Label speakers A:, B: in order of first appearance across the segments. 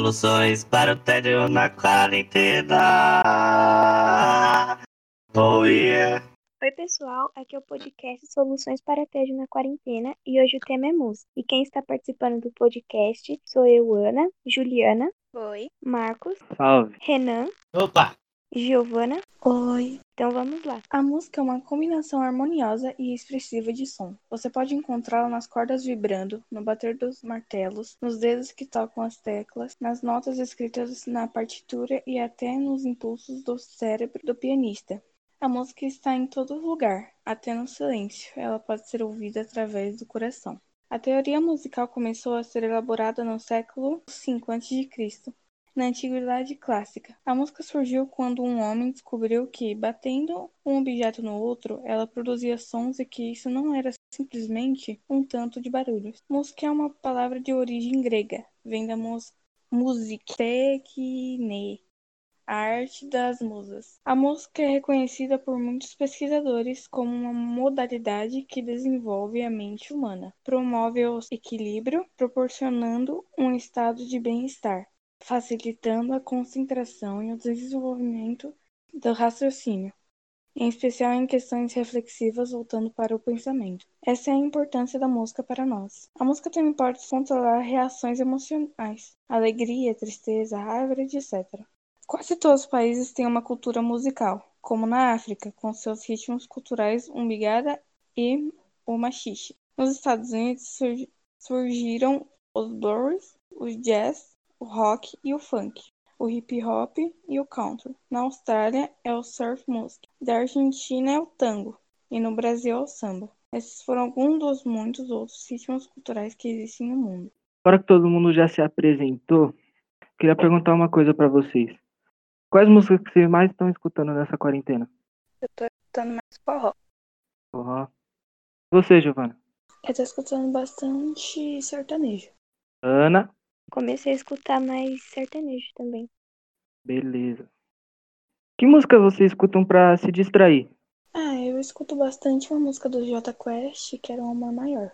A: Soluções para o tédio na quarentena. Oh yeah.
B: Oi, pessoal, aqui é o podcast Soluções para Tédio na Quarentena e hoje o tema é música. E quem está participando do podcast sou eu, Ana, Juliana,
C: Oi.
B: Marcos,
A: Salve.
B: Renan,
A: Opa.
B: Giovana.
D: Oi!
B: Então vamos lá.
D: A música é uma combinação harmoniosa e expressiva de som. Você pode encontrá-la nas cordas vibrando, no bater dos martelos, nos dedos que tocam as teclas, nas notas escritas na partitura e até nos impulsos do cérebro do pianista. A música está em todo lugar, até no silêncio. Ela pode ser ouvida através do coração. A teoria musical começou a ser elaborada no século V a.C., na Antiguidade Clássica, a música surgiu quando um homem descobriu que, batendo um objeto no outro, ela produzia sons e que isso não era simplesmente um tanto de barulhos. Música é uma palavra de origem grega, vem da mus musitechne, a arte das musas. A música é reconhecida por muitos pesquisadores como uma modalidade que desenvolve a mente humana, promove o equilíbrio, proporcionando um estado de bem-estar facilitando a concentração e o desenvolvimento do raciocínio, em especial em questões reflexivas voltando para o pensamento. Essa é a importância da música para nós. A música também pode controlar reações emocionais, alegria, tristeza, raiva, etc. Quase todos os países têm uma cultura musical, como na África, com seus ritmos culturais umbigada e o machixe. Nos Estados Unidos surgiram os blues, os jazz o rock e o funk, o hip hop e o country. Na Austrália é o surf music, da Argentina é o tango e no Brasil é o samba. Esses foram alguns dos muitos outros ritmos culturais que existem no mundo.
E: Agora que todo mundo já se apresentou, queria perguntar uma coisa pra vocês. Quais músicas que vocês mais estão escutando nessa quarentena?
C: Eu tô escutando mais forró.
E: Forró. Você, Giovana?
D: Eu tô escutando bastante sertanejo.
E: Ana?
B: Comecei a escutar mais sertanejo também.
E: Beleza. Que músicas vocês escutam pra se distrair?
D: Ah, eu escuto bastante uma música do Jota Quest, que era o Amor Maior.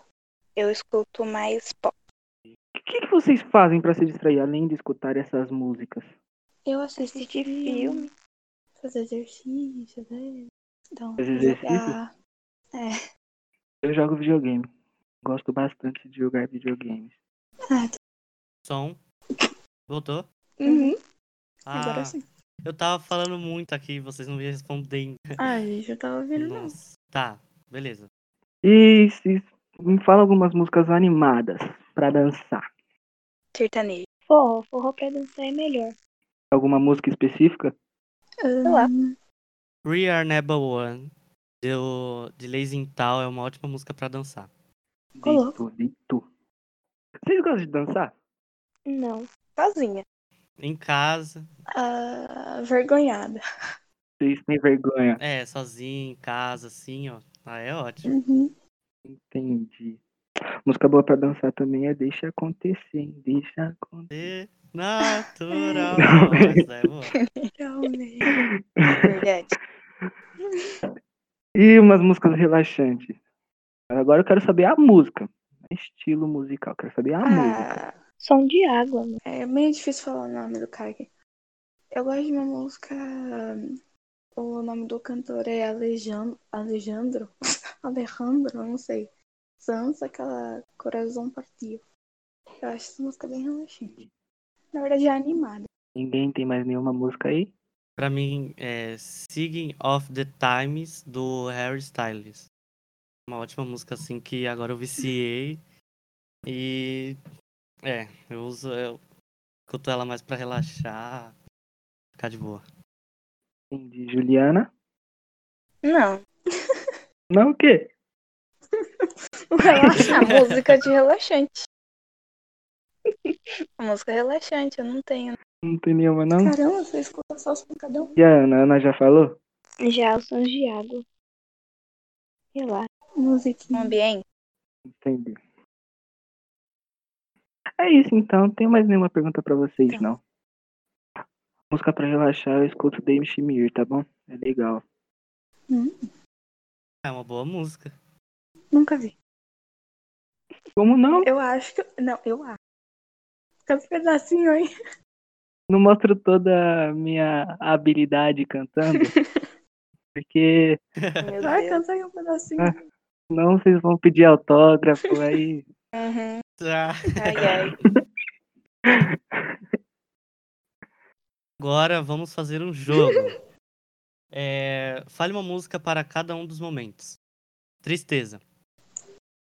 C: Eu escuto mais pop.
E: O que, que vocês fazem pra se distrair, além de escutar essas músicas?
D: Eu
B: Assistir
D: assisti
B: filme.
D: fazer exercício, né? Então,
E: Fazer exercício?
D: jogar.
E: Eu jogo videogame. Gosto bastante de jogar videogames.
D: Ah, tá.
F: Som. Voltou?
D: Uhum,
F: Ah,
D: agora sim.
F: eu tava falando muito aqui, vocês não me respondem.
D: Ah, gente, eu tava ouvindo não.
F: Nossa. Tá, beleza.
E: E se, me fala algumas músicas animadas pra dançar.
C: Sertanejo.
B: Forró, forró pra dançar é melhor.
E: Alguma música específica?
C: lá.
F: We Are Number One, do, de Leisintal, é uma ótima música pra dançar.
E: Dito, dito. Vocês gostam de dançar?
B: Não.
C: Sozinha.
F: Em casa,
D: Ah, vergonhada.
E: Vocês têm vergonha?
F: é, sozinho, em casa, assim, ó. Ah, é ótimo.
D: Uhum.
E: Entendi. Música boa pra dançar também é Deixa Acontecer, hein? Deixa
F: E
E: Acontecer.
D: Hum.
F: natural.
E: Não.
F: Nossa, é boa.
D: Realmente.
C: Verdade.
E: E umas músicas relaxantes. Agora eu quero saber a música. Estilo musical, quero saber a música.
D: Ah,
B: Som de água, mano.
D: é meio difícil falar o nome do cara aqui. Eu gosto de uma música. O nome do cantor é Alejandro. Alejandro? Alejandro, eu não sei. Sansa, aquela Coração Partiu. Eu acho essa música bem relaxante. Na verdade, é animada.
E: Ninguém tem mais nenhuma música aí?
F: Pra mim, é Singing of the Times, do Harry Styles. Uma ótima música, assim, que agora eu viciei. E. É, eu uso. Eu escuto ela mais pra relaxar, ficar de boa.
E: Entendi. Juliana?
C: Não.
E: Não, o quê?
C: Relaxar. música de relaxante. música relaxante, eu não tenho.
E: Não tem nenhuma, não?
D: Caramba, você escuta só os pancadão?
E: E a Ana? A Ana já falou?
B: Já os sons de água. Sei lá.
C: Um
D: Musiquinha.
C: ambiente.
E: Entendi. É isso então, não tenho mais nenhuma pergunta pra vocês,
D: Tá.
E: não. Música pra relaxar, eu escuto Dave Schmier, tá bom? É legal.
F: É uma boa música.
D: Nunca vi.
E: Como não?
D: Eu acho que. Não, eu acho. Cada um pedacinho aí.
E: Não mostro toda a minha habilidade cantando, porque
C: Meu
D: Vai,
C: Deus.
D: canta aí um pedacinho.
E: Ah. não vocês vão pedir autógrafo aí.
C: Uhum.
F: Tá.
C: Ai, ai.
F: Agora vamos fazer um jogo. É, fale uma música para cada um dos momentos. Tristeza.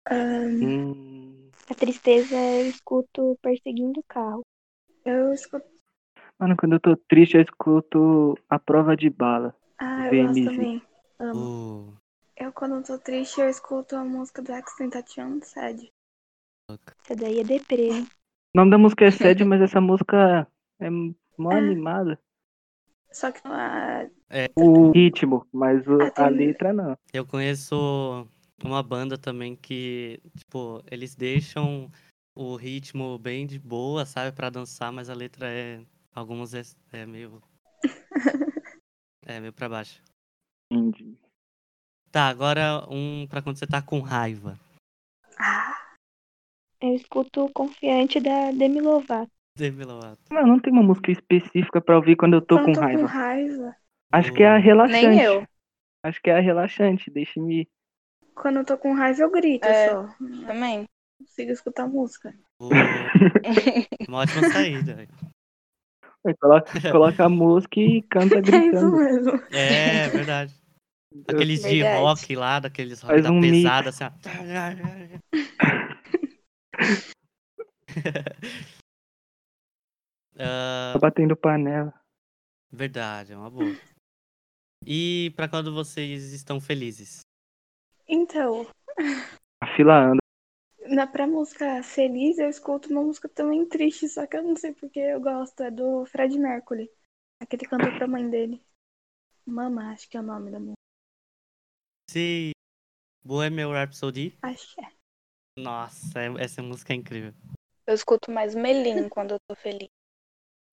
D: Ah,
E: Hum,
B: A tristeza é eu escuto perseguindo o carro.
D: eu escuto.
E: mano, quando eu tô triste, eu escuto a prova de bala.
D: Ah, eu
E: VMZ.
D: gosto também. Amo.
F: Uh,
D: Eu, quando eu tô triste, eu escuto a música do Tá X Tentacion Sad.
B: Essa daí é deprê. hein?
E: O nome da música é Sede, mas essa música é mó animada.
D: Só que ah,
E: O ritmo, mas o-
D: Ah, tem-
E: a letra não.
F: Eu conheço uma banda também que, tipo, eles deixam o ritmo bem de boa, sabe, Pra dançar, mas a letra é. Algumas é, é meio. é meio pra baixo.
E: Entendi.
F: Tá, agora um pra quando você tá com raiva.
B: Eu escuto o confiante da Demi Lovato.
F: Demi Lovato.
E: Não, não tem uma música específica pra ouvir quando eu tô
D: quando eu
E: com raiva.
D: com raiva.
E: Acho que é a relaxante.
C: Nem eu.
E: Acho que é a relaxante, deixe-me ir.
D: Quando eu tô com raiva, eu grito
C: É.
D: só. Não
C: Também.
D: consigo escutar música.
F: Pô, Uma ótima saída. velho.
E: Aí Coloca, coloca a música e canta
D: É isso
E: gritando.
D: mesmo.
F: É, verdade. Aqueles de
C: Verdade.
F: rock lá, daqueles rock
E: Faz
F: da
E: um mix.
F: pesada, assim, ó. Ah,
E: Tá batendo panela.
F: Verdade, é uma boa. E pra quando vocês estão felizes?
D: Então,
E: A fila anda.
D: na pra música feliz, eu escuto uma música também triste, só que eu não sei porque eu gosto. É do Fred Mercury. Aquele cantou pra mãe dele. Mama, acho que é o nome da música.
F: Se Bohemian Rhapsody,
D: Acho que é.
F: nossa, é- essa música é incrível.
C: Eu escuto mais Melim quando eu tô feliz.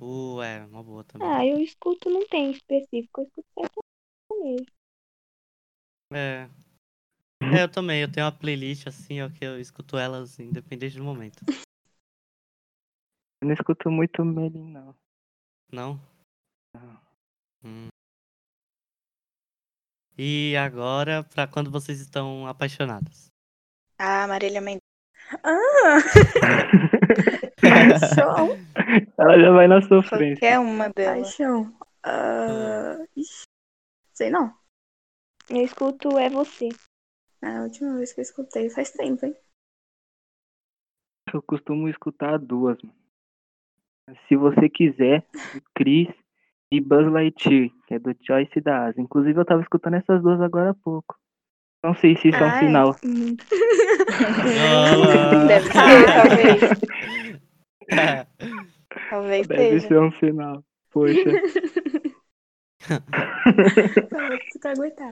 F: Uh, é, uma boa também.
B: Ah, eu escuto, não tem específico, eu escuto sertanejo.
F: É. É, eu também, eu tenho uma playlist assim, ó, que eu escuto elas independente do momento.
E: Eu não escuto muito Melin, não.
F: Não?
E: Não.
F: Hum. E agora, pra quando vocês estão apaixonadas?
C: Ah, Marília Mendonça.
D: Paixão.
E: Ela já vai na sofrência.
C: Qualquer uma delas.
D: Paixão. Ah, ixi, Sei não.
B: Eu escuto É Você.
D: É a última vez que eu escutei. Faz tempo, hein?
E: Eu costumo escutar duas, mano. Se você quiser, do Chris e Buzz Lightyear, que é do Choice e da Asa. Inclusive, eu tava escutando essas duas agora há pouco. Não sei se isso é
D: Ah,
E: um
D: é?
E: sinal.
B: Hum,
F: Ah.
C: Deve ser, talvez. Talvez
E: Deve
C: seja.
E: ser um sinal. Poxa.
D: Eu vou ficar aguentar.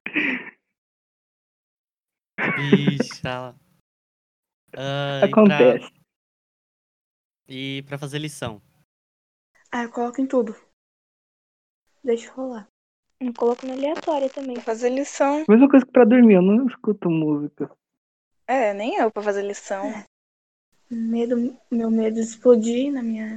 F: Ixi, ela. Ah, e pra-
E: Acontece.
F: E pra fazer lição.
D: Ah, eu coloco em tudo. Deixa rolar.
B: Eu coloco na aleatória também.
C: Pra fazer lição.
E: Mesma coisa que pra dormir, eu não escuto música.
C: É, nem eu pra fazer lição.
D: Medo, meu medo de explodir na minha.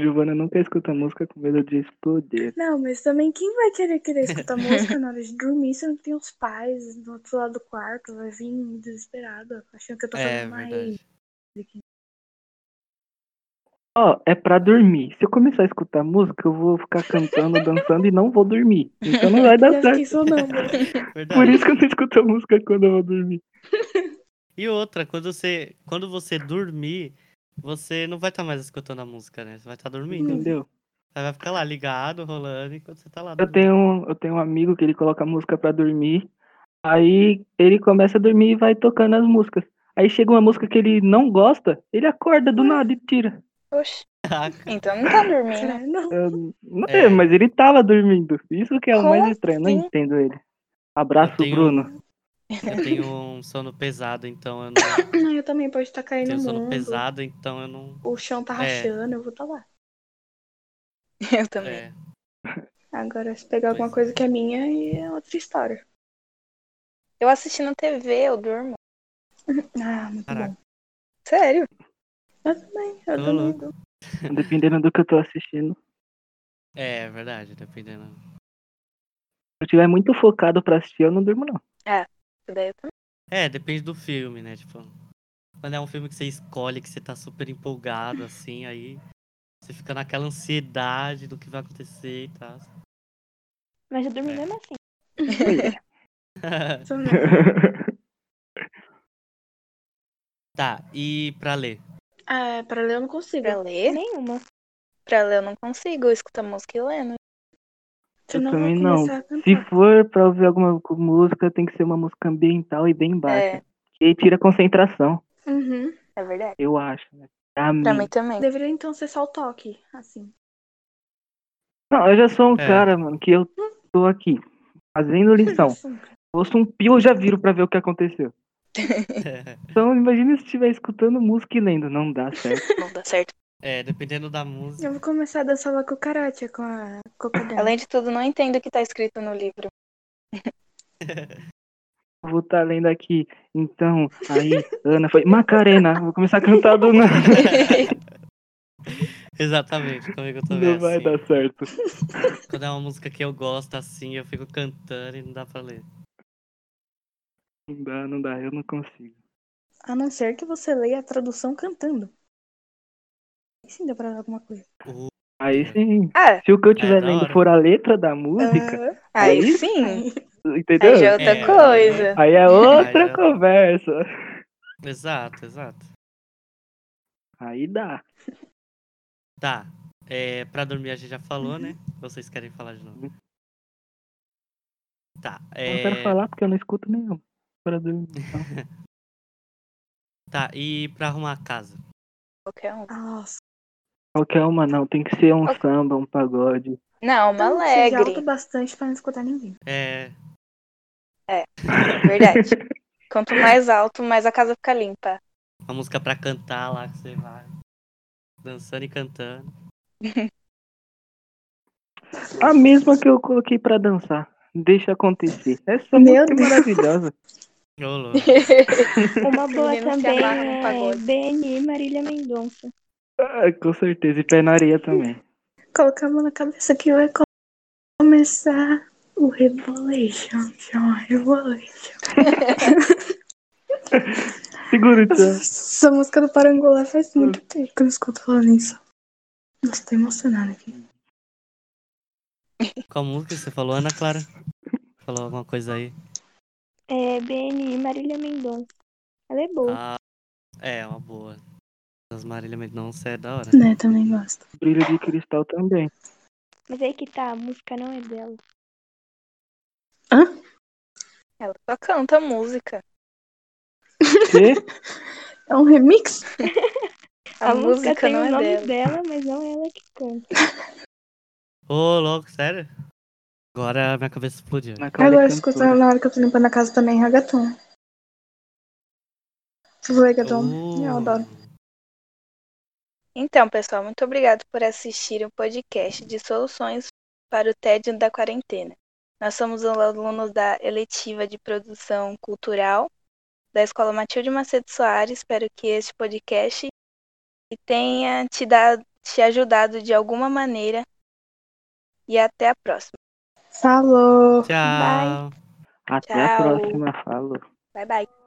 E: Giovana nunca escuta música com medo de explodir.
D: Não, mas também quem vai querer querer escutar música na hora de dormir se não tem os pais do outro lado do quarto? Vai vir desesperada, achando que eu tô
F: É,
D: fazendo uma rave.
F: verdade.
E: Ó, é pra dormir. Se eu começar a escutar música, eu vou ficar cantando, dançando e não vou dormir. Então não vai dar
D: Eu
E: certo.
D: fiquei sonâmbula.
E: Por
F: verdade.
E: isso que eu não escuto música quando eu vou dormir.
F: E outra, quando você, quando você dormir, você não vai estar mais escutando a música, né? Você vai estar dormindo.
E: Entendeu?
F: Você vai ficar lá ligado, rolando, enquanto você tá lá.
E: Uhum. Eu
F: dormindo.
E: tenho, um- eu tenho um amigo que ele coloca música pra dormir. Aí ele começa a dormir e vai tocando as músicas. Aí chega uma música que ele não gosta, ele acorda do nada e tira.
C: Oxe.
F: Caraca.
C: Então não tá dormindo.
D: Caralho, Não.
E: Eu- não
F: É.
E: é, mas ele tava dormindo. Isso que é o
C: Como
E: mais estranho, eu não
C: assim?
E: entendo ele. Abraço,
F: Eu tenho-
E: Bruno.
F: Eu tenho um sono pesado, então eu não.
D: Não, eu também pode estar caindo
F: tenho
D: no
F: um sono
D: mundo.
F: pesado, então eu não.
D: O chão tá
F: É.
D: rachando, eu vou estar lá.
C: Eu também.
F: É,
D: Agora, se pegar alguma
F: Pois é.
D: coisa que é minha, aí é outra história.
C: Eu assisti na TV, eu durmo.
D: Ah, muito
F: Caraca.
D: bom.
C: Sério?
D: Eu também, eu
F: Ô,
D: também.
F: louco.
D: dou.
E: Dependendo do que eu tô assistindo.
F: É, é verdade, dependendo.
E: Se eu tiver muito focado pra assistir, eu não durmo, não.
C: Isso daí eu também.
F: É, depende do filme, né? Tipo, quando é um filme que você escolhe, que você tá super empolgado, assim, aí você fica naquela ansiedade do que vai acontecer e tal.
B: Mas eu
C: É.
B: dormi mesmo assim.
E: Pois é.
D: Também.
F: tá, e pra ler?
D: Ah, é, pra ler eu não consigo.
C: Pra ler?
B: Nenhuma.
C: Pra ler eu não consigo. Eu escuto a música e lendo.
D: Senão
E: Eu também
D: vou
E: não.
D: começar a
E: Se
D: cantar.
E: for pra ouvir alguma cu- música, tem que ser uma música ambiental e bem baixa.
C: É,
E: Que tira concentração,
D: Uhum.
C: é verdade.
E: eu acho. Né? Pra mim.
C: Pra mim também.
D: Deveria então ser só o toque, assim.
E: Não, eu já sou um
F: É.
E: cara, mano, que eu tô aqui fazendo lição.
D: Assim.
E: Ouço um pio, eu já viro pra ver o que aconteceu. Então, imagina se estiver escutando música e lendo. Não dá certo.
C: Não dá certo.
F: é, dependendo da música.
D: Eu vou começar a dançar lá com o karate, com a cocadela.
C: Além de tudo, não entendo o que tá escrito no livro.
E: Eu Vou estar lendo aqui. Então, aí, Ana foi. Macarena, vou começar a cantar do nada.
F: Exatamente, comigo também. é
E: Não vai
F: assim.
E: dar certo.
F: Quando é uma música que eu gosto assim, eu fico cantando e não dá pra ler.
E: Não dá, não dá, eu não consigo.
D: A não ser que você leia a tradução cantando. Aí sim dá pra ler alguma coisa.
E: Aí sim.
C: Ah,
E: Se o que eu estiver
F: É da
E: lendo
F: hora.
E: for a letra da música,
D: Aham.
C: aí
E: Aí?
C: sim.
E: entendeu?
C: Aí já é outra
F: É.
C: coisa.
E: Aí é outra
F: Aí é-
E: conversa.
F: Exato, exato.
E: Aí dá.
F: Tá. É, pra dormir a gente já falou,
E: Uhum.
F: né? Vocês querem falar de novo? Tá.
E: Eu Não
F: É,
E: quero falar porque eu não escuto nenhum. Pra dormir. então.
F: tá, e pra arrumar a casa?
C: Qualquer um.
D: Nossa.
E: Qualquer uma não, tem que ser um
C: Ok.
E: samba, um pagode.
C: Não, é uma
D: Então, seja alto
C: alegre.
D: bastante pra não escutar ninguém.
F: É.
C: é Verdade. Quanto mais alto, mais a casa fica limpa.
F: Uma música pra cantar lá que você vai. Dançando e cantando.
E: A mesma que eu coloquei pra dançar. Deixa acontecer. Essa
D: Meu
E: música é
D: Deus.
E: maravilhosa.
F: Ô, louco.
B: Uma boa
C: Menino se
B: também
C: amarra no
B: é
C: pagode.
B: BN Marília Mendonça.
E: Ah, com certeza. E pé na areia também.
D: Colocar a mão na cabeça que vai co- começar o Revolution. Chama Revolution.
E: Segura então.
D: Essa música do Parangolé faz muito tempo que eu não escuto falando isso. Nossa, tô emocionada aqui.
F: Qual música você falou, Ana Clara? Falou alguma coisa aí?
B: É BN Marília Mendonça. Ela é boa.
F: Ah, é, uma boa. As Marília Mendonça é da hora.
D: Né, também gosto.
E: Brilho de cristal também.
C: Ah.
B: Mas aí que tá, a música não é dela.
C: Ela só canta música.
E: Que?
D: É um remix?
C: A, música,
B: tem
C: não
B: o
C: é
B: nome
C: dela.
B: mas não é ela que canta.
F: Ô, louco, sério? Agora minha cabeça explodiu.
E: Na cara
D: Agora
E: de
D: escutando
E: cantora.
D: na hora que eu tô limpando a casa também, Ragaton.
F: Hum.
D: Reggaeton. Eu adoro.
C: Então, pessoal, muito obrigado por assistir o podcast de soluções para o tédio da quarentena. Nós somos alunos da eletiva de produção cultural da Escola Matilde Macedo Soares. Espero que este podcast tenha te, dado, te ajudado de alguma maneira. E até a próxima.
D: Falou!
F: Tchau.
E: Até a
C: Tchau.
E: próxima. Falou.
C: Bye, bye.